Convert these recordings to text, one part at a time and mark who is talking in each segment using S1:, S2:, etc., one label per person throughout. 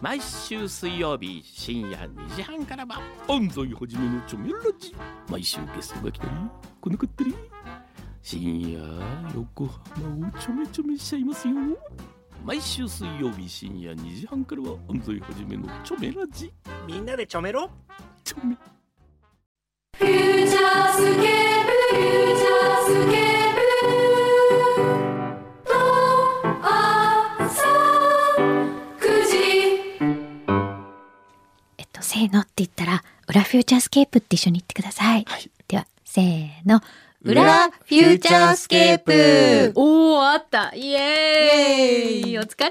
S1: 毎週水曜日深夜2時半からは安西はじめのチョメラジ毎週ゲストが来たり来なかったり深夜横浜をちょめちょめしちゃいますよ毎週水曜日深夜2時半からは安西はじめのチョメラジ
S2: みんなでちょめろ
S1: チョメ
S3: フューチャースケープフューチャースケープと朝9時
S4: えっと、せーのって言ったら、裏フューチャースケープって一緒に言ってください。
S1: はい
S4: では、せーの。
S2: 裏フューチャースケープ
S4: おー、あったイエーイ
S5: イエーイ
S4: お疲れ様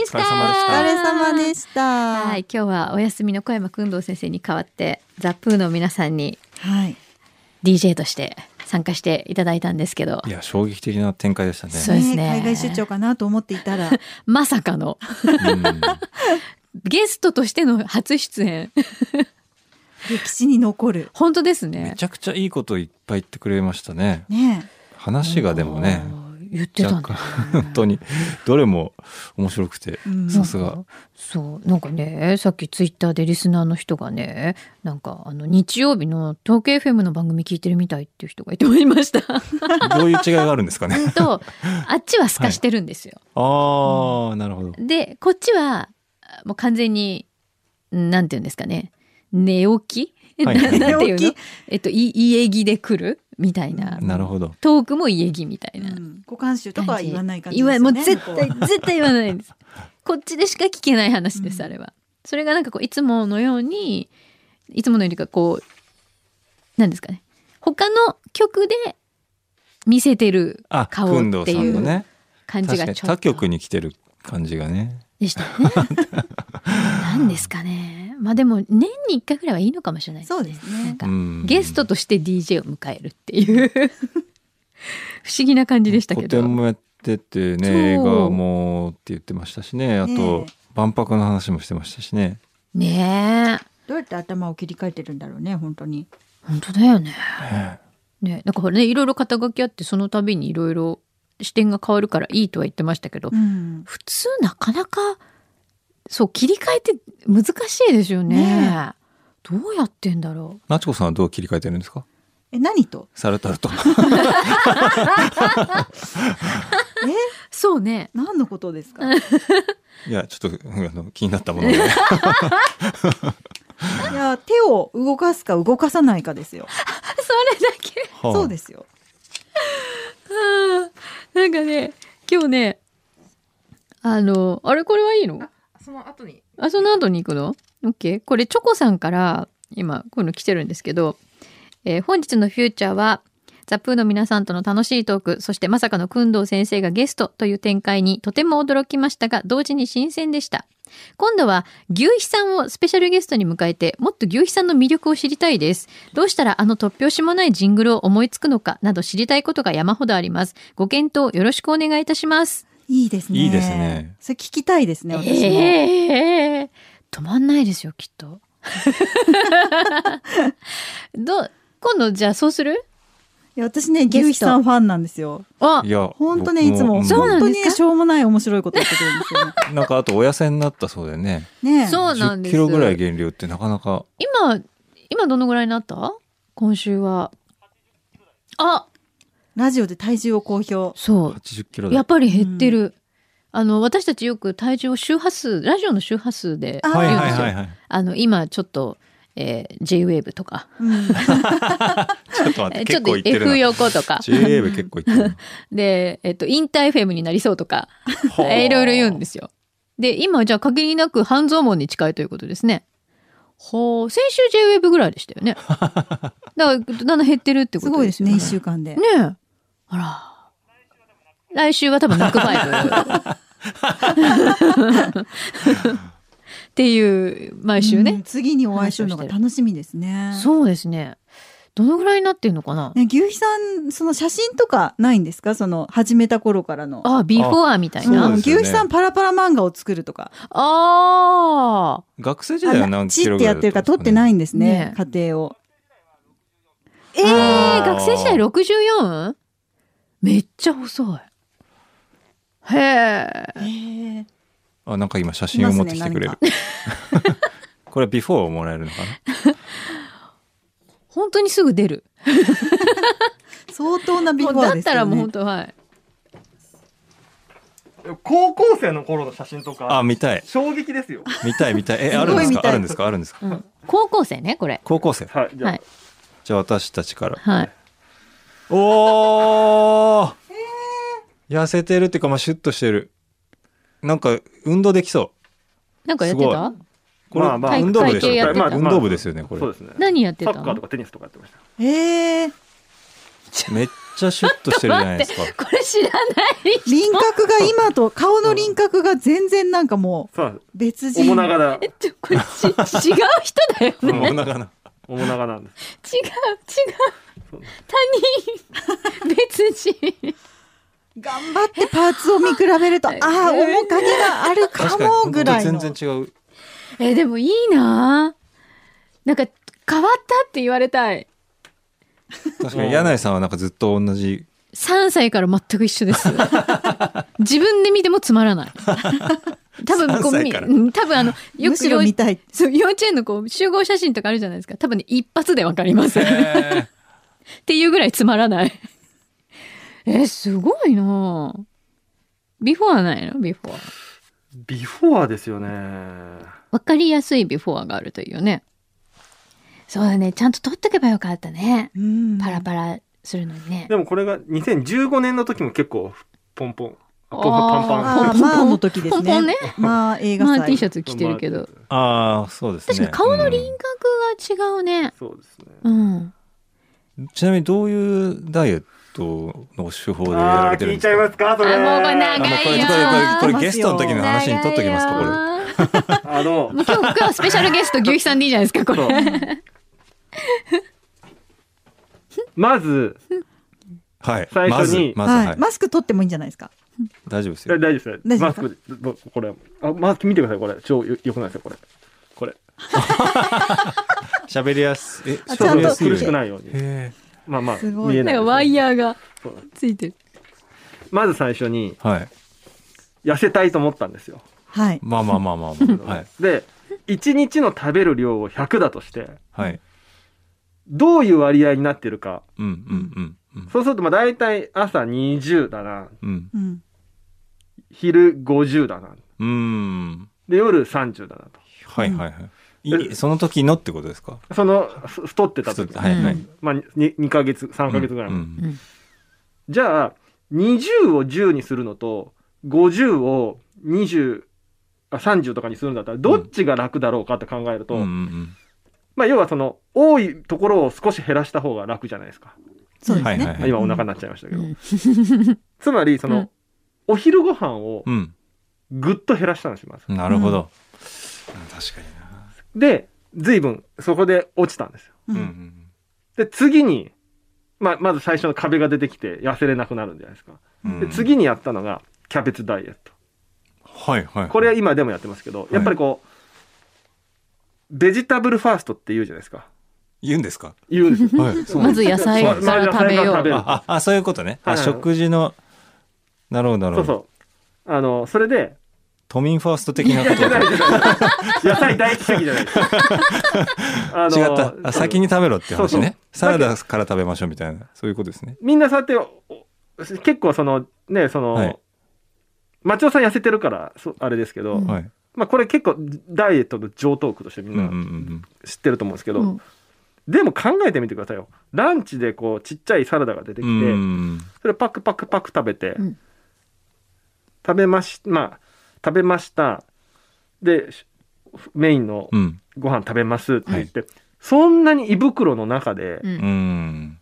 S4: でした
S6: お疲れ様でした
S5: お疲れ様でした。
S4: は
S5: はいい。、
S4: 今日はお休みの小山君堂先生に代わって、ザ・プーの皆さんに DJ として参加していただいたんですけど
S6: い、や衝撃的な展開でしたね。
S4: そうですね
S5: 海外出張かなと思ってい たら、
S4: まさかの
S6: うん
S4: ゲストとしての初出演。
S5: 歴史に残る。
S4: 本当ですね
S6: め。ちゃくちゃいいこといっぱい言ってくれましたね。
S5: ね
S6: 話がでもね、
S4: 言ってたん
S6: 若
S4: だ
S6: 干本当にどれも面白くて
S5: え。うん
S6: さすが。
S4: そうなんかねさっきツイッターでリスナーの人がねなんかあの日曜日の東京 FM の番組聞いてるみたいっていう人がいておりました
S6: どういう違いがあるんです かね。
S4: とあっちは透かしてるんですよ、
S6: ああなるほど。
S4: でこっちはもう完全になんて言うんですかね寝起き、
S6: はい
S4: ななんていう
S5: 寝
S4: の
S5: 起き
S4: えっとい家着で来るみたいな、
S6: なるほど。
S4: トークも家着みたいな、
S5: うんご監修とかは言わない感じ
S4: 言
S5: で
S4: わ
S5: す
S4: も
S5: よ
S4: う
S5: ね。
S4: 絶対
S5: 向こ
S4: 絶対言わない ですこっちでしか聞けない話です、
S5: うん
S4: あれはそれがなんかこういつものようにいつものよりかこうなんですかね他の曲で見せてる
S6: あ、
S4: 顔
S6: くんど
S4: っ
S6: う
S4: て
S6: さ
S4: い
S6: んの
S4: う
S6: ね。
S4: 感じ
S6: 確
S4: が
S6: かに
S4: ちょ
S6: 他
S4: っ
S6: 局
S4: と
S6: に来てる感じがね。
S4: でしたよね なんですかねまあでも年に1回ぐらいはいいのかもしれないうですね
S5: そうです
S4: な
S5: ね
S4: ん。か
S6: うん
S4: ゲストとして DJ を迎えるっていう 不思議な感じでしたけ
S6: とて
S4: ど
S6: もやっててね
S4: そう
S6: 映画もって言ってましたしねあと
S5: ねえ
S6: 万博の話もしてましたしね
S4: ねえ
S5: どうやって頭を切り替えてるんだろうね、本当に。
S4: 本当だよね
S6: ね
S4: ね、なんかほらねいろいろ肩書きあってその度にいろいろ視点が変わるからいいとは言ってましたけど、
S5: うん。
S4: 普通なかなかそう切り替えって難しいですよね
S5: ね
S4: どうやってんだろ
S6: なちこさんはどう切り替えてるんですか
S5: え、何と？
S6: サルタルと
S4: う
S5: え、
S4: そうね
S5: 何のことです か？い
S6: いやちょっとうんあの気になったもので
S5: や、手を動かすか動かさないかですよ。
S4: それだけ
S5: そうですすよ。
S4: なんかね今日ねあのあれこれはいいの
S7: その後に
S4: あ、その後に行くの ?OK。これ、チョコさんから、今、こういうの来てるんですけど、えー本日のフューチャーは、ザ・プーの皆さんとの楽しいトーク、そしてまさかの工藤先生がゲストという展開にとても驚きましたが、同時に新鮮でした。今度は、牛肥さんをスペシャルゲストに迎えて、もっと牛肥さんの魅力を知りたいです。どうしたらあの突拍子もないジングルを思いつくのかなど知りたいことが山ほどあります。ご検討よろしくお願いいたします。
S5: いいですね。
S6: いいですね。
S5: それ聞きたいですね。私も。
S4: ええ止まんないですよきっと どう今度じゃあそうする
S5: いや、私ね、
S4: ゲスト
S5: 牛肥さんファンなんですよ。
S4: あ
S6: いや
S5: 本当ね、い
S6: 僕
S5: つも、
S6: うん
S4: そうなん
S5: 本当
S4: で
S5: に
S4: すか
S5: ねしょうもない面白いこと言ってくるんですよ ね。
S6: なんかあとお痩せになったそうでね
S5: ねえ
S4: そうなん
S6: 10
S4: です
S6: キロぐらい減量ってなかなか
S4: 今今どのぐらいになった今週はあ
S5: ラジオで体重を公表。
S4: そ
S6: 80キロ
S4: うや
S6: だ
S4: っぱり減ってる、あの私たちよく体重を周波数ラジオの周波数で
S5: あー
S6: はい
S4: 言うん
S6: は
S4: で
S6: い
S4: すよ
S6: はいはい
S4: あの今ちょっと、えー、JWAVE とか
S5: うん。
S6: ちょっと待っ
S4: えー
S6: て
S4: ちょっ
S6: 結
S4: と
S6: 構いってる
S4: F
S6: な
S4: 横とか
S6: JA 部結構いってる な
S4: で、えっと、インターフェムになりそうとか
S6: はあ
S4: えーいろいろ言うんですよ。で、今じゃあ限りなく半蔵門に近いということですね。ほう、先週 JWAVE ぐらいでしたよ ね。だから、だんだん減ってるってこ
S5: す
S4: と
S5: ごい
S4: で
S5: ですす
S4: よ
S5: ね、
S4: ね。
S5: 一週間で。
S4: ねえ。あら。来週は多分ナックファイブ。っていう、毎週
S5: う
S4: ね
S5: ん。次にお会いするのが楽しみですね。
S4: そうですね。どのぐらいになってるのかな
S5: ね、牛肥さん、その写真とかないんですかその、始めた頃からの。
S4: あ、ビフォーみたい
S6: そ
S4: な。あ
S6: うで
S5: ん
S6: す
S5: 牛
S6: よね
S5: 肥さんパラパラ漫画を作るとか。
S4: あー。
S6: 学生時代は
S5: あ
S6: 何
S5: チ
S6: キロぐ
S5: って
S6: ら
S5: や
S6: い
S5: ってるから撮ってないいんです
S4: ね
S5: ね、家庭を。
S4: えー、
S6: あー
S4: 学生時代 64? めっちゃ細い。へえ。
S6: あなんか今写真を持ってきてくれ
S5: いま
S6: る。これビフォーをもらえるのかな。
S4: 本当にすぐ出る。
S5: 相当なビフォ
S4: もう
S5: ー
S4: だっ
S5: です
S4: たら
S5: よ
S4: もう
S5: ね
S4: 本。当はい。
S7: 高校生の頃の写真とか
S6: あ見たい
S7: 衝撃ですよ
S6: 見たい見たい。え
S5: すごい
S6: あるんです
S5: 見
S6: か
S5: たい
S6: あるんですかあるんですか。
S4: うん、高校生ねこれ。
S6: 高校生。
S7: はいじゃあ、
S4: はい
S6: じゃあ私たちから。
S4: はい。
S6: おお。痩せてるっていうかまあシュッとしてる。なんか運動できそ
S4: なんかやってた？
S6: う。これ、
S7: まあまあ
S6: 運動部でし
S4: 体育
S6: ょ
S4: 会系やってた
S6: これ運動部ですよねこれ
S7: そう。ですね
S4: 何やって
S7: サ
S4: た
S7: ッカーと
S4: の？
S7: かテニスとかやってました
S5: ええー、
S6: めっちゃシュッとしてるじゃないですか。
S4: これ知らない。
S5: 輪郭が今と顔の輪郭が全然なんかも
S7: そうなんで
S5: う別
S7: すおも
S5: 人。
S7: ながだ
S4: えっとこれち違う人だよね。違う違う
S6: もうなかなか
S7: おもながなんですそう
S4: 他人別人。
S5: 頑張ってパーツを見比べると、ああ、面影があるか
S6: 確かに
S5: もぐらい
S6: ほん
S5: の。
S6: と全然違う。
S4: えでもいいな。なんか変わったって言われたい。
S6: 確かに柳井さんはなんかずっと同じ。
S4: 3歳から全く一緒です。自分で見てもつまらない。多分こう
S6: 3歳
S4: み
S6: から
S4: うん多分あのよく
S5: むし
S4: 幼
S5: ろ見たい。
S4: そう幼稚園のこう集合写真とかあるじゃないですか。多分ね一発でわかります。っていうぐらいつまらない。え、すごいなあビフォアないのビフォア。
S7: ビフォアですよね
S4: わかりやすいビフォアがあるというね。そうだね。ちゃんと撮っとけばよかったね。
S5: うん
S4: パラパラするのにね。
S7: でもこれが2015年の時も結構ポンポンあポンポンパンパン
S5: あーまあの時ですね。
S4: ポンポンね。
S5: まあ映画祭。
S4: まあ T シャツ着てるけど。
S6: ああ、そうですね。
S4: 確かに顔の輪
S6: うん
S4: 郭が違うね。
S7: そうですね
S4: うん。
S6: ちなみにどういうダイエットの手法でやら
S7: あ
S6: れ
S7: ー
S6: てる
S7: 聞
S6: んで
S7: いち
S6: す
S7: ゃい
S6: か
S7: ますかそれ
S4: あもうこれ
S6: あ
S4: 長
S6: もうこれ
S4: いよ
S6: これこれこれ
S5: 長いよ
S6: ゲストの時の話に取っときますかこれあ
S4: 長いよ
S7: あの
S4: もう今日今日はスペシャルゲスト牛肥さんでいいじゃないですかこれ。
S7: まず
S6: はい
S7: 最
S6: ま
S7: 初
S6: ず
S7: に
S6: まず、は
S5: はいい。マスク取ってもいいんじゃないですか。
S6: 大丈夫です
S7: 大
S6: よ
S7: 丈夫
S5: 大丈
S7: です
S5: 夫
S7: マスクどこれあマスク見てくださいこれ超よよくないですよこれこれ
S6: 喋りやすえ
S5: あちゃんと
S7: そう苦しく
S6: い
S7: ないように
S6: へ
S7: まあまあ
S5: すごい
S7: 見え
S4: な
S7: なんい
S4: かワイヤーが
S7: そう
S4: ついてる。
S7: まず最初に
S6: ーはい
S7: 痩せたいと思ったんですよ
S5: はい。
S6: まあまあまあまあ、まあ、はい
S7: で1日の食べる量を100だとして
S6: はい
S7: どういう割合になってるか
S6: うんうんうん
S7: そうするとまあ大体朝20だな
S6: うん
S5: うん。
S7: 昼50だな
S6: うんうん
S7: で夜30だなと
S6: はいはいはいいその時のってことですか
S7: そのす太ってた
S6: ちょっ
S7: 時、
S6: とはいはい、
S7: まあ、に 2, ヶ月3ヶ月ぐらい、
S6: うんうん
S7: じゃあ20を10にするのと50を20あ30とかにするんだったらどっちが楽だろうかって考えると、
S6: うんうん
S7: まあ、要はその多いところを少し減らした方が楽じゃないですか、
S5: そうで
S6: は
S5: すね。
S6: いはいはい
S7: 今お腹になっちゃいましたけ
S4: う
S7: ど、
S4: ん
S7: つまりその、
S4: うん
S7: お昼ご飯を
S6: うん
S7: ぐっと減らしたんですよまず
S6: なるほど、あ確かにな
S7: で随分そこで落ちたんですよ
S5: う。
S6: うんうんん
S7: で次に、まあ、まず最初の壁が出てきて痩せれなくなるんじゃないですか
S6: うん
S7: で次にやったのがキャベツダイエット
S6: はいはい
S7: これは今でもやってますけど、やっぱりこう、ベジタブルファーストって言うじゃないですか。
S6: 言うんですか
S7: 言うんですよ。
S6: はいそう
S4: まず野菜から食べよう。
S7: そうまず野菜から食べる
S6: あああそういうことね、
S7: はい
S6: あ
S7: はい
S6: 食事のなるほどなるほ
S7: そう
S6: ど
S7: そう。あの、それで、
S6: 都民ファースト的なこと違
S7: 野菜第一主義じゃないで すか。あ
S6: ったあ先に食べろって話ね
S7: そうそう
S6: サラダから食べましょうみたいなそういうことですね
S7: みんなそうやって、お結構その、ね、その、
S6: はい
S7: 町尾さん痩せてるから、そあれですけど、
S4: うん
S6: はい
S7: まあこれ結構ダイエットの常套句としてみ
S6: うんんうんう
S7: なん知ってると思うんですけど、
S4: うん
S7: でも考えてみてくださいよ。ランチでこうちっちゃいサラダが出てき
S6: う
S7: て、
S6: んうん
S7: それをパクパクパク食べて、
S4: ん
S7: 食べましまあ食べましたでしメインの
S6: うん
S7: ご飯食べますって言って、そんなに胃袋の中で
S4: うん
S6: うん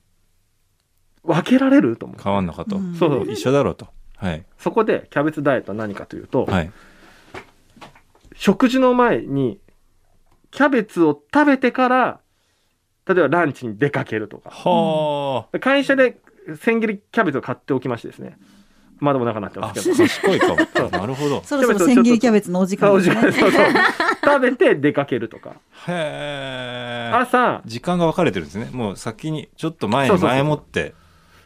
S7: 分けられると思う、
S6: 変わんのかと、
S5: うん
S7: そうそう
S6: 一緒だろうとはい
S7: そこでキャベツダイエットは何かというと、
S6: はい
S7: 食事の前にキャベツを食べてから例えばランチに出かけるとか
S6: は
S7: 会社で千切りキャベツを買っておきましてですねまだお腹になって
S6: あ
S7: ま
S6: あ
S7: すけど
S6: 賢い かもなるほど
S5: そろそろ千切りキャベツのお時間
S7: そう
S5: です
S7: そう そう
S5: ね。
S7: そう食べて出かけるとか
S6: へえ
S7: 朝
S6: 時間が分かれてるんですねもう先にちょっと前
S7: そ
S6: に
S7: うそうそう
S6: 前もって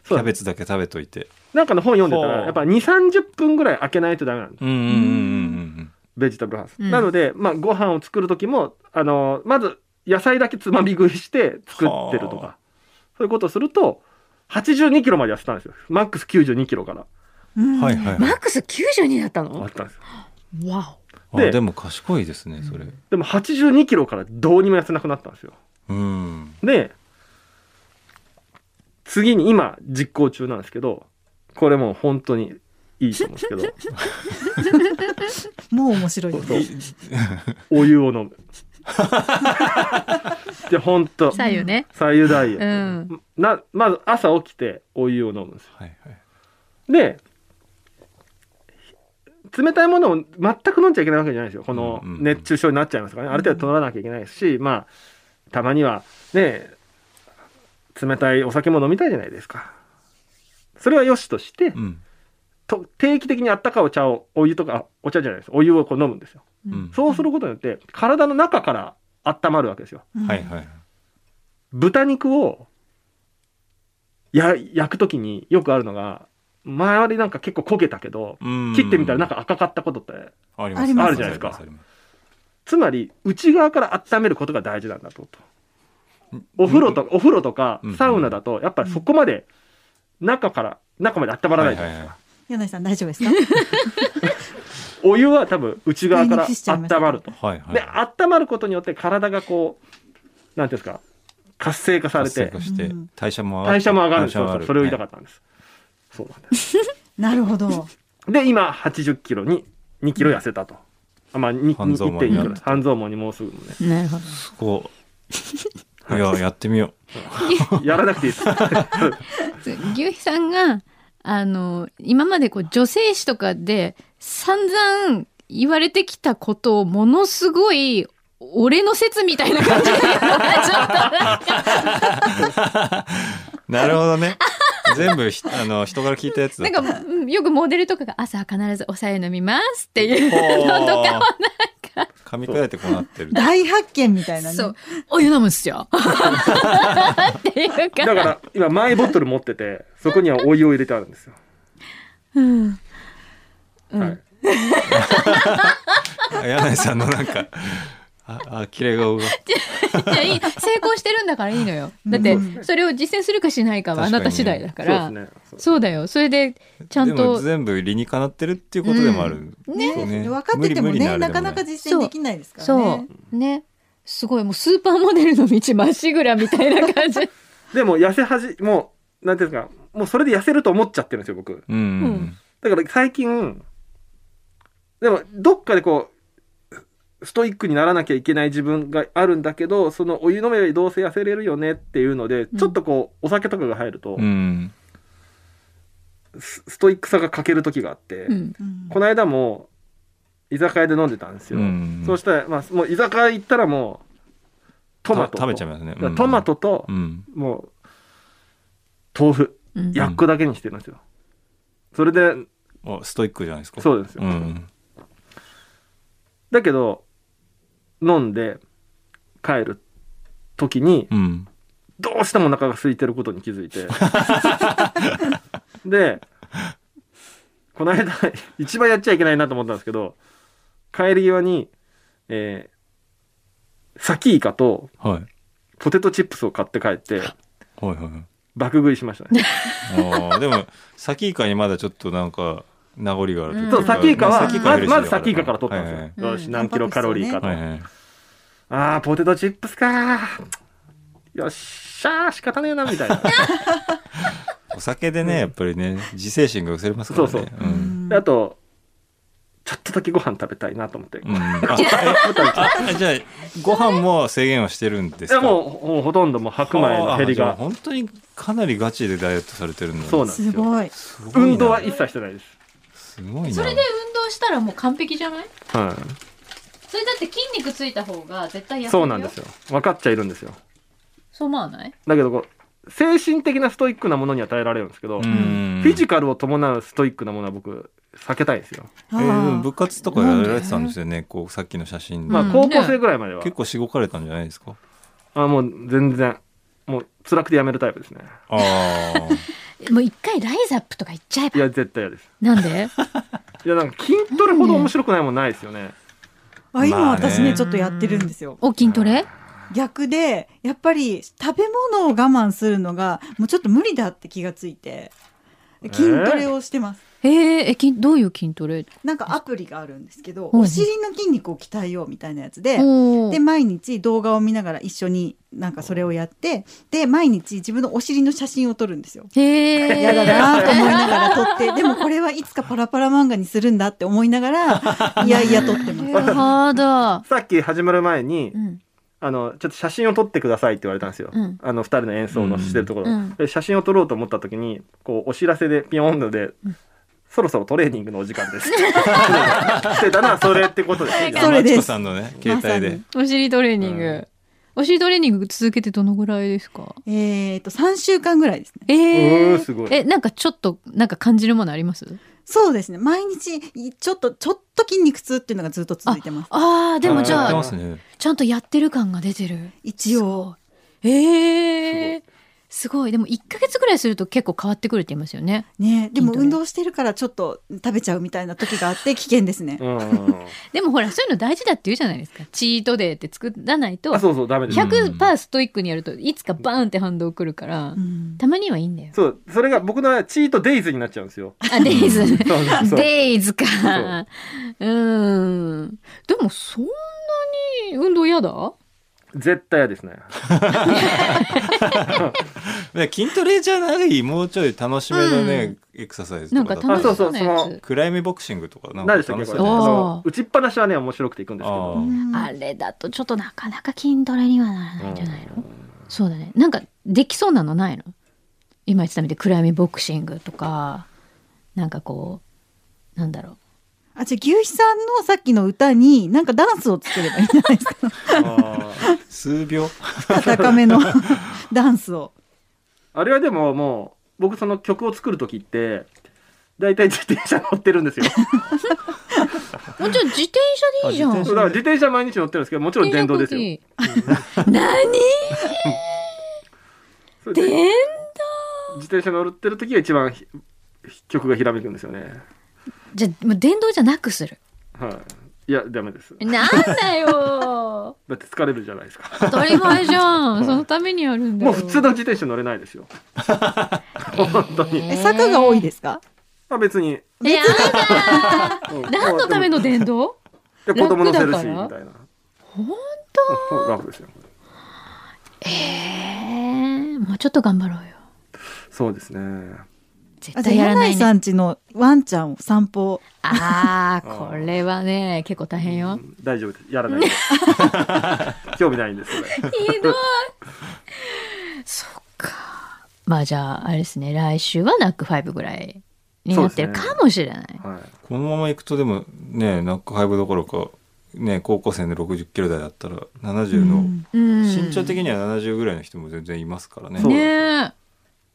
S6: キ
S7: そう
S6: ャベツだけ食べといて
S7: なんかの本読んでたら、
S6: ほう
S7: やっぱ2、30分ぐらい開けないとダメなんだ。
S6: うんうんうんうんうん
S7: ベジタブルハウス。
S4: うん
S7: なので、まあ、ご飯を作る時も、あのまず野菜だけつまみ食いして作ってると
S6: は
S7: か、そういうことをすると、82キロまで痩せたんですよ。マックス92キロから
S5: うん
S6: はいはい
S4: マ
S6: は
S4: ックス90になった
S7: あ
S4: の
S7: ったんですよ。
S4: わ
S6: い。
S7: で
S6: あでも賢いですね、それ。
S7: でも82キロからどうにも痩せなくなったんですよ。
S6: うん。
S7: で、次に今実行中なんですけど、これもう本当にいいと思うんですけど、
S5: もう面白い
S7: そうそうお湯を 飲む。で、本当
S4: お。さよね。
S7: 左右ダイエッ
S4: う
S7: ト。
S4: ん。
S7: なまず朝起きてお湯を飲むんですよ
S6: はいはい。
S7: で冷たいものを全く飲んじゃいけないわけじゃないですよこの
S6: うんうんうん
S7: 熱中症になっちゃいますからねある程度取らなきゃいけないですしまあたまにはね冷たいお酒も飲みたいじゃないですかそれは良しとして
S6: うん。
S7: と定期的にあったかいお茶をお湯とかあお茶じゃないですお湯をこう飲むんですよ
S6: うん。
S7: そうすることによって体の中から温まるわけですよ
S6: はいはい。
S7: 豚肉をや焼くときによくあるのが周りなんか結構焦げたけど切ってみたらなん
S6: か
S7: か赤かったことって
S6: あり
S5: あります
S7: あるじゃないですか
S6: ありま
S7: つまり内側から温めることが大事なんだとと
S6: す
S7: お風呂とお風呂とか
S6: うん
S7: サウナだとやっぱりそこまで中から中まで温まらないじゃない
S6: はい
S7: ですか、
S6: はいはい
S5: 柳井さん大丈 夫ですか
S7: お湯は多分内側から
S5: 使いにくしちゃいました
S7: 温まると
S6: はいはい。
S7: で温まることによって体がこうなんていうんですか活性化され
S6: 活性
S7: て
S6: 化して
S5: うん
S6: 代謝も上が
S7: 代謝も上がるんです
S6: 代謝
S7: そうそうそれを言いたか
S6: っ
S7: ったんです、そうなんです
S5: なるほど。
S7: で、今、80キロに2キロ痩せたと。あ、まあ、に
S6: 半蔵門に
S7: 1.2キロです。半蔵門にもうすぐもね。
S4: なるほど。
S6: た。こう。いや、やってみよ
S7: やらなくていいです。
S4: 牛肥さんが、あの、今までこう女性誌とかで散々言われてきたことをものすごい俺の説みたいな感 じで 言うのがちょっとなんか
S6: う。なるほど ね。全部ひ、あの、人から聞いたやつだ
S4: な
S6: っ
S4: ん
S6: た。
S4: かうんよくモデルとかが朝は必ずおさゆ飲みますっていうのとか
S6: 噛み砕いてこうなってる。
S5: 大発見みたいなね。
S4: そう。お湯飲むっす よ。っていうか
S7: だから、今、マイボトル持ってて、そこにはお湯を入れてあるんですよ。
S4: うん。
S7: はい。
S6: 柳井さんのなんか、あ、 あ、綺麗顔が。
S4: いや、いい。成功してるんだからいいのよ。だって、それを実践するかしないかはあなた次第だか
S7: そうで
S4: ら。
S7: すね。そう
S4: そうだよ。それで、ちゃん
S6: でも
S4: と。
S6: 全部理にかなってるっていうことでもある。
S5: ね
S6: ね
S5: 分かってても
S6: 無理無理なあれで
S5: ね、な
S6: も
S5: かなか実践できないですから
S4: そ
S5: ね。
S4: う。ね。すごい、もうスーパーモデルの道まっしぐらみたいな感じ。
S7: でも、痩せはじ、もう、なんていうんですか、もうそれで痩せると思っちゃってるんですよ、僕。
S6: うんうん。
S7: だから最近、でも、どっかでこう、ストイックにならなきゃいけない自分があるんだけど、そのお湯飲めばどうせ痩せれるよねっていうので、ちょっとこう、お酒とかが入ると
S6: う、ん。
S7: スストイックさが欠ける時があって、
S4: うん。
S5: うん
S7: この間も居酒屋で飲んでたんです
S6: う
S7: よ、
S6: ん。
S7: そうしたら、まあ、もう居酒屋行ったらもうトマト
S6: た食べちゃいますね。
S7: だか
S6: う
S7: ら
S6: ん
S7: トマ。トと、
S6: うん。
S7: もう豆腐
S4: うん
S7: やっこだけにしてるんですよ、それで
S6: おストイックじゃないですか。
S7: そうですよ、
S6: うん。
S7: だけど飲んで帰る時に
S6: うん。
S7: どうしてもお腹が空いてることに気づい てでこの間一番やっちゃいけないなと思ったんですけど帰り際に、えー、サキイカと
S6: はい。
S7: ポテトチップスを買って帰って
S6: はいはいはい。
S7: 爆食いしましたね
S6: ああ、でも、サキイカにまだちょっとなんか、名残があるといか。
S7: そうサキイカは
S6: まあサイカ嬉
S7: ま
S6: し
S7: ず
S6: い
S7: まずサキイカから取ったんですよ、
S4: はいはい
S7: よし何キロカロリーかと、
S6: はいはいはいはい。
S7: あーポテトチップスかーよっしゃー仕方ねえなみたいな
S6: お酒でね、やっぱりね、自制心が薄れますからね。。
S7: そうそうんであとちょっとだけご飯食べたいなと思って、
S6: うん、あえあじゃあご飯も制限はしてるんで
S7: い
S6: す
S7: や
S6: か
S7: もうほほとんどもう白米の減
S6: あ
S7: り
S6: あじゃあ
S7: が
S6: 本当にかなりガチでダイエットされてるんだ
S7: そうなんです
S5: す
S7: よ
S5: ごい。
S6: すごいな
S7: 運動は一切してないです、
S6: すごいな
S4: それで運動したらもう完璧じゃない
S7: はい
S4: それだって筋肉ついた方が絶対痩せるよ
S7: そうなんですよ分かっちゃいるんですよ
S4: そう思わない
S7: だけどこう精神的なストイックなものには耐えられるんですけど、
S6: う
S7: フ
S6: ん
S7: ィジカルを伴うストイックなものは僕避けたいんですよ、
S6: えーでも
S5: あ
S6: 部活とかやられてたんですよねこうさっきの写真で、
S7: ま
S4: う
S7: あ
S4: ん
S7: 高校生ぐらいまでは、
S6: 結構しごかれたんじゃないですか
S7: あもう全然もう辛くてやめるタイプですね
S6: ああ
S4: もう一回ライズアップとか言っちゃえ
S7: い
S4: ば。
S7: や絶対嫌です
S4: なんで
S7: いやなんか筋トレほど面白くないもんないですよね、
S5: あ今
S6: まあね
S5: 私ねちょっとやってるんですよ
S4: お筋トレ
S5: 逆でやっぱり食べ物を我慢するのがもうちょっと無理だって気がついて筋トレをしてます、
S4: えー、え筋どういう筋トレ
S5: なんかアプリがあるんですけど
S4: うん
S5: お尻の筋肉を鍛えようみたいなやつで、
S4: おー
S5: で毎日動画を見ながら一緒になんかそれをやってで毎日自分のお尻の写真を撮るんですよ。
S4: へえ
S5: 嫌だなと思いながら撮ってでもこれはいつかパラパラ漫画にするんだって思いながらいやいや撮ってます。
S4: ハード
S7: さっき始まる前に、
S4: うん
S7: あの、ちょっと写真を撮ってくださいって言われたんですよ。
S4: うん
S7: あの、二人の演奏のしてるところ。
S4: うん
S7: で写真を撮ろうと思った時に、こう、お知らせでピヨンので、そろそろトレーニングのお時 間です。してたのはそれってことですね。
S5: それ
S6: マ
S5: です
S6: チコさんのね、携帯で。
S4: お尻トレーニング、お尻トレーニング続けてどのぐらいですか
S5: えっと3週間ぐらいですね。
S4: え
S7: う
S4: ー
S7: ー、すごい。
S4: えなんかちょっとなんか感じるものあります
S5: そうですね毎日ちょっとちょっと筋肉痛っていうのがずっと続いてます。
S4: あーでもじ
S6: やっ
S4: ゃ
S6: て
S4: あ
S6: ますね。
S4: ちゃんとやってる感が出てる
S5: 一応
S4: えー、すごいでも1ヶ月ぐらいすると結構変わってくるって言いますよね
S5: ね
S4: 筋
S5: でも
S4: トレ
S5: 運動してるからちょっと食べちゃうみたいな時があって危険ですね。
S7: うん。
S4: でもほらそういうの大事だって言うじゃないですかチートデーって作らないと
S7: あ、そうそう、ダメです。
S4: 100%ストイックにやるといつかバーンって反動くるから、
S5: うん
S4: たまにはいいんだよ
S7: そう、それが僕の場合はチートデイズになっちゃうんですよ。
S4: あ デイズ
S7: そうそうそう
S4: デイズかうーんでもそんなに運動嫌だ
S7: 絶対嫌ですね。
S6: で筋トレじゃない、もうちょい楽しめのね、エクササイズ
S4: なん
S6: と
S4: か
S6: かだと。
S4: 楽しそうな
S7: あ
S4: や
S7: そうそう
S4: つ
S6: 暗闇ボクシングとか、なんか
S7: 何で
S6: 楽
S7: し
S6: した
S7: っけ
S6: そう
S7: これ。
S6: じゃ
S7: あ
S6: ない
S4: おー
S7: の打ちっぱなしはね、面白くていくんですけ
S6: あ
S7: ど
S6: ー。
S4: あれだとちょっとなかなか筋トレにはならないんじゃないの、そうだねなんかできそうなのないの今言ってたみたいに暗闇ボクシングとかなんかこうなんだろう
S5: あ、じゃあ、牛肥さんのさっきの歌に、なんかダンスを作ればいいんじゃないですか。
S7: あー
S6: 数秒。
S5: 高め のダンスを。
S7: あれはでももう、僕その曲を作る時って、大体自転車乗ってる んですよ。
S4: もうちょい自転車でいいじゃん
S6: あ自
S7: そうだから自転車毎日乗ってるんですけど、もちろん電動ですよ。
S4: 何
S7: それで
S4: 電
S7: 自転車乗ってる時が一番ひ曲がひらめくんですよね。
S4: じゃあもう電動じゃなくする
S7: はい。いや、ダメです。
S4: なんだよ
S7: だって疲れるじゃないです か。
S4: 当たり前じゃんそのためにあるんだ
S7: も
S4: よ
S7: う普通の自転車乗れないで すよ。本当に。
S5: え、坂が多いですか。
S7: まあ別に。
S4: いやだ
S7: うん
S4: 何のための電動
S7: でも子供乗せるし、
S4: 楽だから
S7: みたいな。
S4: 本
S7: 当楽ですよ。
S4: えー、もうちょっと頑張ろうよ
S7: そうですね。
S4: 絶
S5: あ、じゃあ、
S4: 対やらな
S5: 柳井
S4: いね
S5: さんちのワンちゃんを散歩。
S4: ああ
S7: ー
S4: これはね結構大変
S7: う
S4: よ
S7: ん大丈夫です。やらないです。興味ないんです、それ。
S4: ひどい そっかまあじゃああれですね来週はナックファイブぐらいになってる
S7: そうです
S4: か
S7: ね
S4: もしれない、
S7: はい。
S6: このまま行くとでもねナックハイブどころかね高校生の60キロ台だったら70の、
S5: うん
S4: うん
S6: 身長的には70ぐらいの人も全然いますからね
S7: そう
S4: ね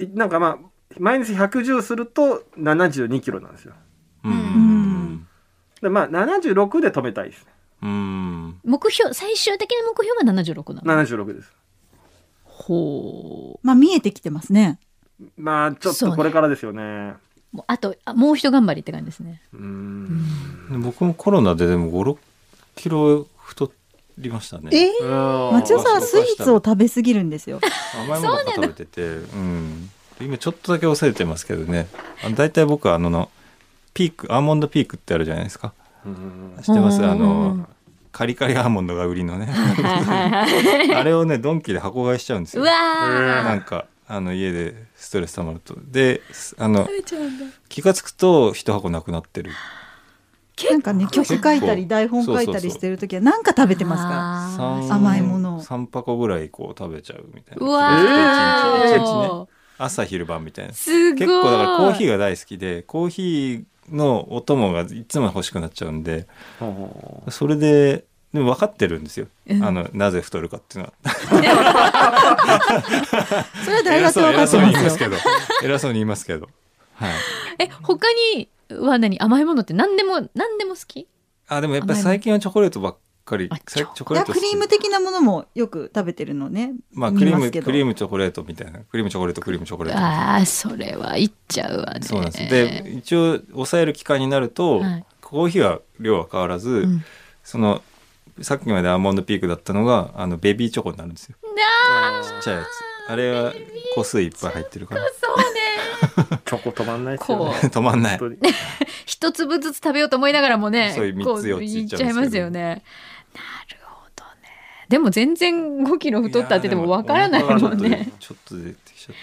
S4: え
S7: いなんかまあ、毎日110すると72キロなんですよ。
S6: うんうん
S7: でまあ、76で止めたいですね。
S6: うんうん
S4: 目標最終的な目標は76なの
S7: 76です。
S4: ほ
S5: まあ、見えてきてますね。
S7: まあ、ちょっ
S4: そうね
S7: とこれからですよね。
S4: うもうあとあもう一頑張りって感じですね
S7: うーん。
S6: で僕もコロナででも56キロ太りましたね
S5: え
S7: マ
S5: 町尾さんはスイーツを食べ過ぎるんですよ。
S6: 甘いものばっか食べててうん今ちょっとだけ抑えてますけどねあの大体僕はあののピークアーモンドピークってあるじゃないですか知ってますあ
S4: うんうんうん
S6: のカリカリアーモンドが売りのね
S4: はいはいはい
S6: あれをねドンキで箱買いしちゃうんです
S4: う
S6: よな
S4: わ
S6: んかあの家でストレス溜まるとですあの
S4: ー食べちゃうんだ
S6: 気がつくと一箱なくなってる
S5: なんかね、曲書いたり、台本書いたりしてる時は、なんか食べてますか
S4: あー
S6: 三
S5: 甘いものを
S6: 三箱ぐらいこう食べちゃうみたいな
S4: うわー、
S6: 一日一日ね朝昼晩みたいな
S4: すごい
S6: 結構だからコーヒー
S4: が
S6: が大好きでコーヒーのお供がいつも欲しくなっちゃうんでそれででも分かってるんですよ、
S4: うん
S6: あのなぜ太るかっていうのは
S5: それは誰だって分か
S6: 偉
S5: って
S6: そうに言い
S5: ま
S6: ますす
S5: よ。
S6: けど偉そうに言いますけどはい
S4: え他には何甘いものって何でも何でも好き
S6: あでもやっぱ
S4: 甘いもの
S6: り最近はチョコレートばっかり
S4: あ
S6: さ
S4: チョコ
S6: チョ
S5: い
S6: コレ
S5: や
S6: ート
S5: クリーム的なものもよく食べてるのね。
S6: まあク
S5: 見
S6: リー
S5: ま
S6: ム
S5: すけど
S6: クリームチョコレートみたいなクリームチョコレートクリームチョコレート
S4: ああそれはいっちゃうわね
S6: そうなんです。で、一応抑える期間になると、
S4: はい
S6: コーヒーは量は変わらず、
S4: うん
S6: そのさっきまでアーモンドピークだったのがあのベビーチョコになるんですよちっちゃいやつあれは個数いっぱい入ってるから
S4: そうね。
S7: チョコ止まんないですよ
S4: こ
S7: ね
S4: う。
S6: 止まんない
S7: 本当に
S4: 一粒ずつ食べようと思いながらもね、
S6: そういう三つ
S4: こ
S6: 四ついっ
S4: いっ
S6: ちゃ
S4: ちゃい
S6: うん
S4: ま
S6: です
S4: す
S6: けど
S4: よね。なるほどね。でも全然5キロ太ったってでもわからないもん
S6: いやーで
S4: ね。
S6: もちょっと出てきちゃっ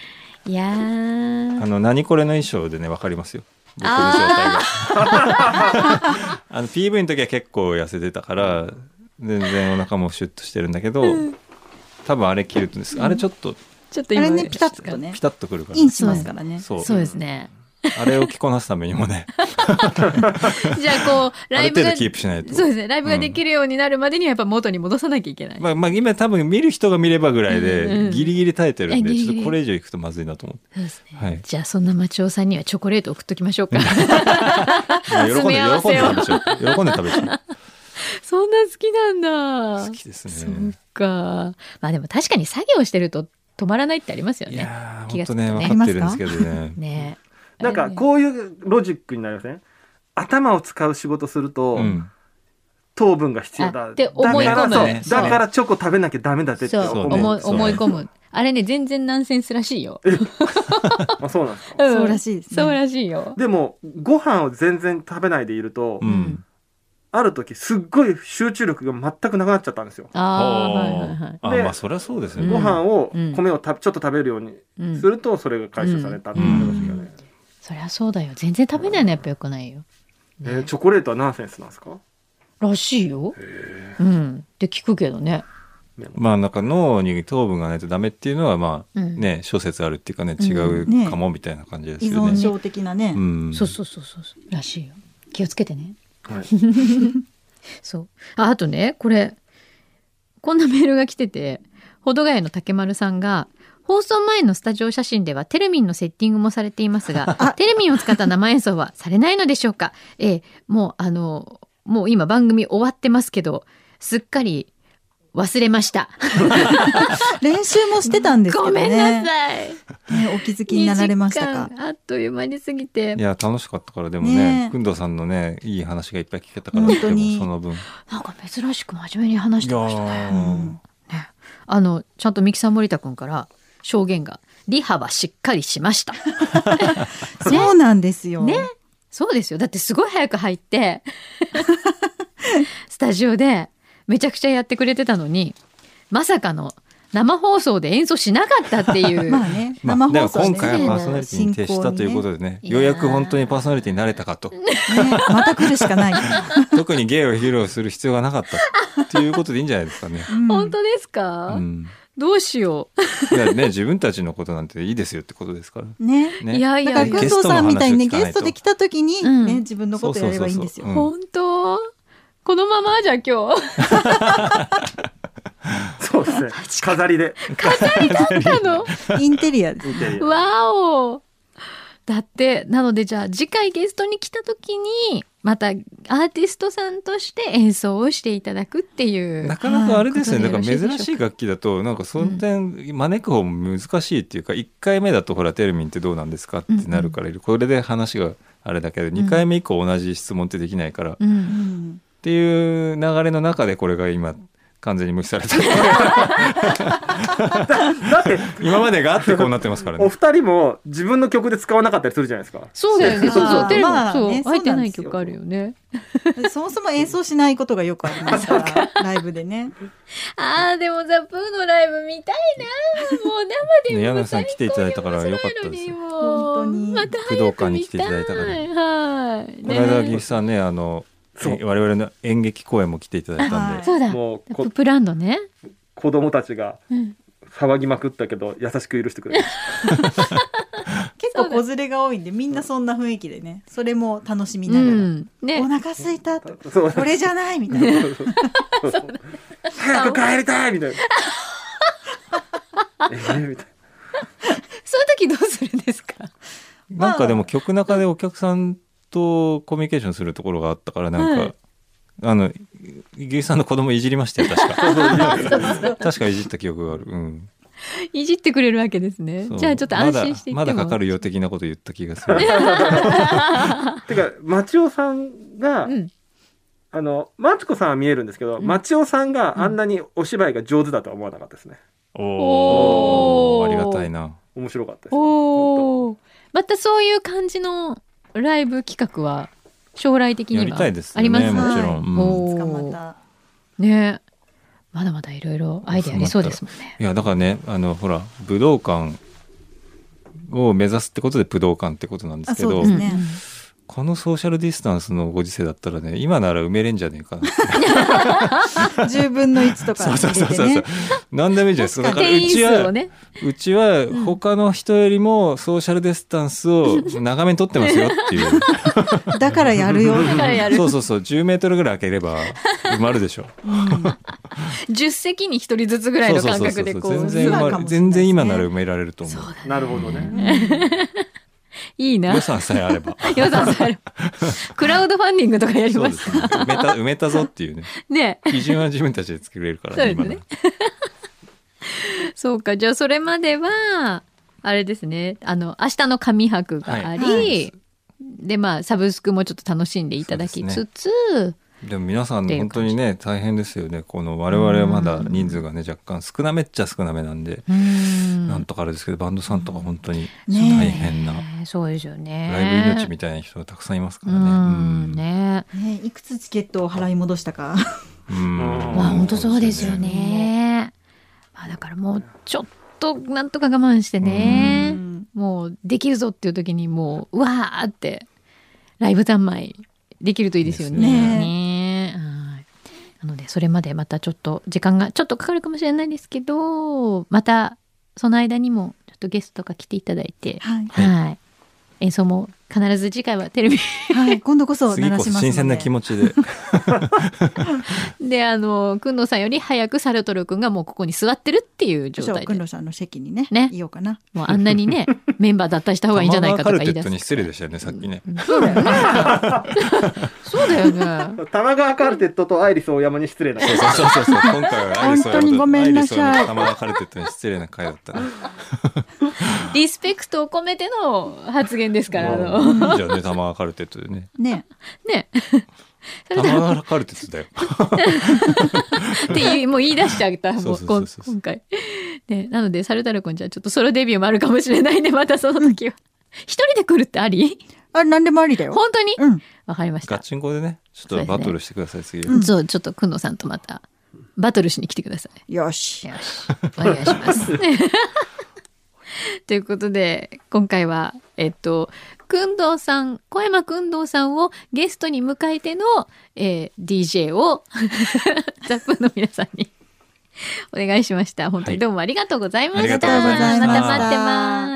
S4: いや
S6: たあ
S4: ー。
S6: の何これの衣装でねわかりますよ僕の状態が あの PV の時は結構痩せてたから全然お腹もシュッとしてるんだけど、多分あれ着るとですあれちょっと
S4: ちょっと今
S5: あれねピタッとね
S6: ピタッとくるから
S5: インしますからね。
S6: そう
S4: そうですね。
S6: あれを着こなすためにもね
S4: じゃあこう、
S6: あ
S4: ラ
S6: る
S4: イブ
S6: 程
S4: が
S6: 度、キープしないと
S4: そうですね。ライブができるようになるまでにはやっぱ元に戻さなきゃいけない。
S6: まあ、まあ今多分見る人が見ればぐらいで、
S4: うんうん
S6: ギリギリ耐えてるん
S4: いやギ
S6: で
S4: リギリ
S6: ちょっとこれ以上いくとまずいなと思って
S4: そうですね。
S6: はい
S4: じゃあそんな町尾さんにはチョコレート送っときましょうか。
S6: 喜んで
S4: 詰め合わ
S6: 喜ん
S4: せ
S6: で
S4: を
S6: 食べちゃう喜んで食べちゃ
S4: そんな好きなんだ。
S6: う好きです
S4: そ
S6: ね
S4: うか。まあでも確かに作業してると止まらないってありますよ
S6: い
S4: ね。
S6: やー
S4: 気
S6: 本
S4: が
S6: 当
S4: つくとね
S6: ね分かってるんですけどね
S4: ねえ
S7: なんかこういうロジックになりません頭を使う仕事すると、
S6: うん
S7: 糖分が必要
S4: あ
S7: だ。
S4: って思
S6: い込む
S7: だから
S6: ね
S7: そうだからチョコ食べなきゃダメだってって
S4: そう
S6: そう
S4: 思
S6: ね
S4: い
S6: そうね
S4: 思い込む。あれね、全然ナンセンスらしいよ。
S7: あそうなんですか。
S4: うん
S5: そうらしいですね
S4: そうらしいよ。
S7: でも、ご飯を全然食べないでいると、
S6: うん
S7: ある時すっごい集中力が全くなくなっちゃったんですよ。
S4: ああー、
S6: ほ
S4: は
S6: う
S4: いはいはい。
S6: あ
S7: で
S6: まあそりゃそうですよ
S4: うん
S7: ご
S6: ね、
S7: 飯を、
S4: うん
S7: 米をたちょっと食べるように
S4: うん
S7: す。ると、それが解消されたっていう話がね。
S4: そりゃそうだよ。全然食べないのはやっぱ良くないよ。
S7: えーチョコレートはナンセンスなんですから
S4: しいよ。うん。って聞くけどね。
S6: まあなんか脳に糖分がないとダメっていうのはまあ
S4: うん
S6: ね諸説あるっていうかね
S4: うん
S6: 違う
S5: ね
S6: かもみたいな感じです
S5: 依
S6: よ
S5: 存
S6: ね、
S5: 症的なね
S6: う。ん、
S4: そうそうそうそうそう。らしいよ。気をつけてね。
S7: はい
S4: そう。あ、あとね、これ、こんなメールが来てて、ほどがやの竹丸さんが、放送前のスタジオ写真ではテルミンのセッティングもされていますが、テルミンを使った生演奏はされないのでしょうかええ、もうあの、もう今番組終わってますけど、すっかり忘れました。
S5: 練習もしてたんですけ
S4: ご
S5: ど
S4: めんな
S5: ね。
S4: さい。
S5: ねお気づきになられました
S4: 2
S5: か
S4: 時。間あっという間に過ぎて
S6: い。や楽しかったからでも
S5: ね
S6: ね
S5: え
S6: 工藤さんのねいい話がいっぱい聞けたから
S5: 本当に
S6: でもその分い
S4: なんか珍しく真面目に話して
S6: や
S4: ましたね。
S6: ー
S5: うん
S4: あの、ちゃんとミキさん森田くんから証言が、リハはしっかりしました。
S5: そうなんですよ。
S4: ねそうですよ。だってすごい早く入って、 スタジオでめちゃくちゃやってくれてたのに、まさかの生放送で演奏しなかったっていう。
S5: まあね、
S6: まあ、
S5: 生
S6: で
S5: 放
S6: も
S5: 送
S6: 今
S5: ね
S6: 回はパーソナリティに徹したということでね
S4: 進行にね
S6: ようやく本当にパーソナリティになれたかと
S5: ねまた来るしかない。
S6: 特に芸を披露する必要がなかったっていうことでいいんじゃないです かね。
S5: う ん
S4: 本当ですか、
S6: うん、
S4: どうしよ
S6: いやね自分たちのことなんていいですよってことですから。
S5: ね。
S4: う。
S6: ね、
S4: いやい
S5: だ
S4: や
S5: から、
S4: い
S5: 工
S4: や
S6: ゲ
S5: 藤
S6: ストの
S5: さんみたいにね、
S6: 話を聞かないと
S5: ゲストで来た時に、
S4: うん
S5: ね、自分のことやればいいんですよ。
S6: うん
S4: 本当このままじゃ今日。
S7: そうで すね。飾りで。
S4: あの
S5: インテリアです。
S7: いやいや
S4: わおだってなのでじゃあ次回ゲストに来た時にまたアーティストさんとして演奏をしていただくっていう
S6: なかなかあれですよね。だ
S4: は
S6: か
S4: い
S6: ら珍しい楽器だと、なんかその点、招く方も難しいっていうか、1回目だとほら、テルミンってどうなんですかってなるから、これで話があれだけど、2回目以降同じ質問ってできないから、っ
S4: うん
S5: うん
S6: ていう流れの中でこれが今、完全に無視さ れた。
S7: だって、
S6: 今までがあってこうなってますから
S7: お
S6: ね。
S7: 二人も自分の曲で使わなかったりするじゃないですか。
S4: そうだよね。
S5: あー
S4: そうそう。テレビ
S5: まあ
S4: そう、
S5: ね
S4: 入ってない
S5: そうなんですよ
S4: 曲あるよね。
S5: そもそも演奏しないことがよくありますから、ライブでね。
S4: ああ、でもザ・プーのライブ見たいな。もう生
S6: ね
S4: で
S6: 柳
S4: も
S6: 井さん来ていただいたからよかったですよ。
S4: もう
S5: 本当に
S4: また
S6: 武道
S4: 早く
S6: 館に
S4: 見
S6: 来て
S4: た
S6: い
S4: い。
S6: ただいたから
S4: はい。
S6: この間
S4: ね
S6: ギフさんねあの
S7: そう
S6: え我々の演劇公演も来ていただいたんで、
S4: そうだ。
S7: もう
S4: ポッ
S7: こ
S4: プランドね。
S7: 子供たちが
S4: うん
S7: 騒ぎまくったけど優しく許し てくれる。
S5: 結構子連れが多いんで、みんなそんな雰囲気でね、それも楽しみ
S4: う
S5: ながら。
S4: ん。ね
S5: お。腹すいたとか
S7: そう
S5: これじゃないみたいな。
S7: 早く帰りたいみた いな。えーみたい
S4: そういう時どうするんですか
S6: なんかでも曲中でお客さんとコミュニケーションするところがあったからなんか、
S4: はい
S6: あのギフさんの子供いじりました よ確か確かいじった記憶がある、うん、
S4: いじってくれるわけですね
S6: そ。う
S4: じゃあちょっと安心していっても
S6: まだまだかかるよ的なこと言った気がする
S7: な。てか、町尾さんが、
S4: うん。
S7: あの、マチコさんは見えるんですけど、マチオさんがあんなにお芝居が上手だとは思わなかったですね。
S6: お
S4: お
S6: お
S4: ー
S6: ありがたいな
S7: 面白かったです。
S4: おお。またそういう感じのライブ企画は将来的
S6: や
S4: に
S6: り
S4: は
S6: たいです
S4: あ
S6: よ
S4: り
S6: ね
S4: ます
S6: もちろ
S5: はい
S6: ん、うん
S4: お
S5: いつかま
S4: ー
S5: た
S4: ね。まだまだいろいろアイデアありそうですもんね。
S6: いやだからねあのほら武道館を目指すってことで武道館ってことなんですけ
S5: あそ
S6: ど
S5: うですね
S4: うんうん
S6: このソーシャルディスタンスのご時世だったらね今なら埋めれんじゃねえかな
S5: 10分の1とか
S6: そう
S5: 入
S6: そうそう
S5: れて
S6: そう
S5: ね
S6: 何でもいいじゃないですかだから
S4: 定
S6: う
S4: 員
S6: ち
S4: 数
S6: は
S4: をね。
S6: うちは他の人よりもソーシャルディスタンスを長めに取ってますよっていう。
S5: だからやるよ
S4: だからやる
S6: そうそうそう、10メートルぐらい開ければ埋まるでしょ。
S4: 10席に1人ずつぐらいの感覚でこ
S6: そう
S4: う。
S6: そうそうそう全然埋
S5: そう
S6: まる
S5: かもしれないですね
S6: 全然今なら埋められると思う。
S7: なるほどね。
S4: いいな
S6: 予。算さえあれば。
S4: よさそうやろクラウドファンディングとかやり
S6: そう
S4: ま。
S6: ですすね。埋めた、埋めたぞっていうね。
S4: ね。
S6: 基準は自分たちで作れるから
S4: そうですね
S6: 今なら
S4: そうか。じゃあそれまでは、あれですね。あの、明日の紙博があり、
S5: はい
S4: で、まあ、サブスクもちょっと楽しんでいただきつつ、
S6: でも皆さん
S4: っていう
S6: 本当にね、大変ですよね。この我々はまだ人数がね、若干少なめっちゃ少なめなんで、
S4: うーん
S6: なんとかあれですけど、バンドさんとか本当に
S5: ね
S6: 大変な。
S4: ねそうですよね。
S6: ライブ命みたいな人がたくさんいますからね。
S4: うん、ね。
S5: ねいくつチケットを払い戻したか
S6: うん
S4: まあ、本当そうですよ。
S6: うん
S4: ね。まあ、だからもう、ちょっと、なんとか我慢してね。もう、できるぞっていう時に、もう、うわーって、ライブ三昧できるといいですよね。
S6: です
S5: ね
S4: ねはいなので、それまでまたちょっと、時間がちょっとかかるかもしれないですけど、また、その間にも、ちょっとゲストとか来ていただいて、
S5: はい、
S6: はい
S4: はい。演奏も必ず次回はテレビ
S5: はい、今度こそ
S6: 次
S5: 鳴ら
S6: こ
S5: し
S6: そ
S5: ますの
S6: 新
S5: で
S6: 鮮な気持 ちで。
S4: で、あの、くんどうさんより早くサルトルくんがもうここに座ってるっていう状態
S5: くん
S4: で、
S5: ろさんの席にね
S4: ね
S5: いようかな
S4: もうあんなにね、メンバー脱退した方がいいんじゃないかとか
S6: 玉川カ
S4: 言
S6: ル
S4: い出
S6: テットに
S4: す。
S6: 失礼でしたよね、さっきね。
S4: そう だよね。そうだよね。
S7: 玉川カルテットとアイリス大山に失礼な。
S6: そうそ うそうそう。今回はアイリスオーヤマと
S5: 本当にごめんなさい
S6: アイリスオーヤマと玉川カルテットに失礼な回だった ね。
S4: リスペクトを込めての発言ですから、あの、
S6: いいじゃんね、玉川カルテットでね。
S5: ね
S4: ね。サルト
S6: 玉
S4: ル君
S6: 川カルテットだよ。
S4: っていう、もう言い出しちゃった、も
S6: そううそうそ
S4: 今
S6: うそう
S4: 今回。ね、なので、サルタル君じゃあちょっとソロデビューもあるかもしれないんで、 またその時は。一人で来るってあり
S5: あれ何でもありだよ
S4: 本当に
S5: うん
S4: わかりまし
S6: ガ
S4: た。
S6: チンコでね、ちょっとバトルしてください、次は。
S4: そう、ちょっとくんどうさんとまた、バトルしに来てください。
S5: よし
S4: よし、お願いします。 ということで、今回は、えっと、くんどうさん、小山くんどうさんをゲストに迎えての、えー DJ を、 ザップの皆さんにお願いしました。本当にどうもありがとうございました。
S6: ありがとうございました
S4: また待ってます。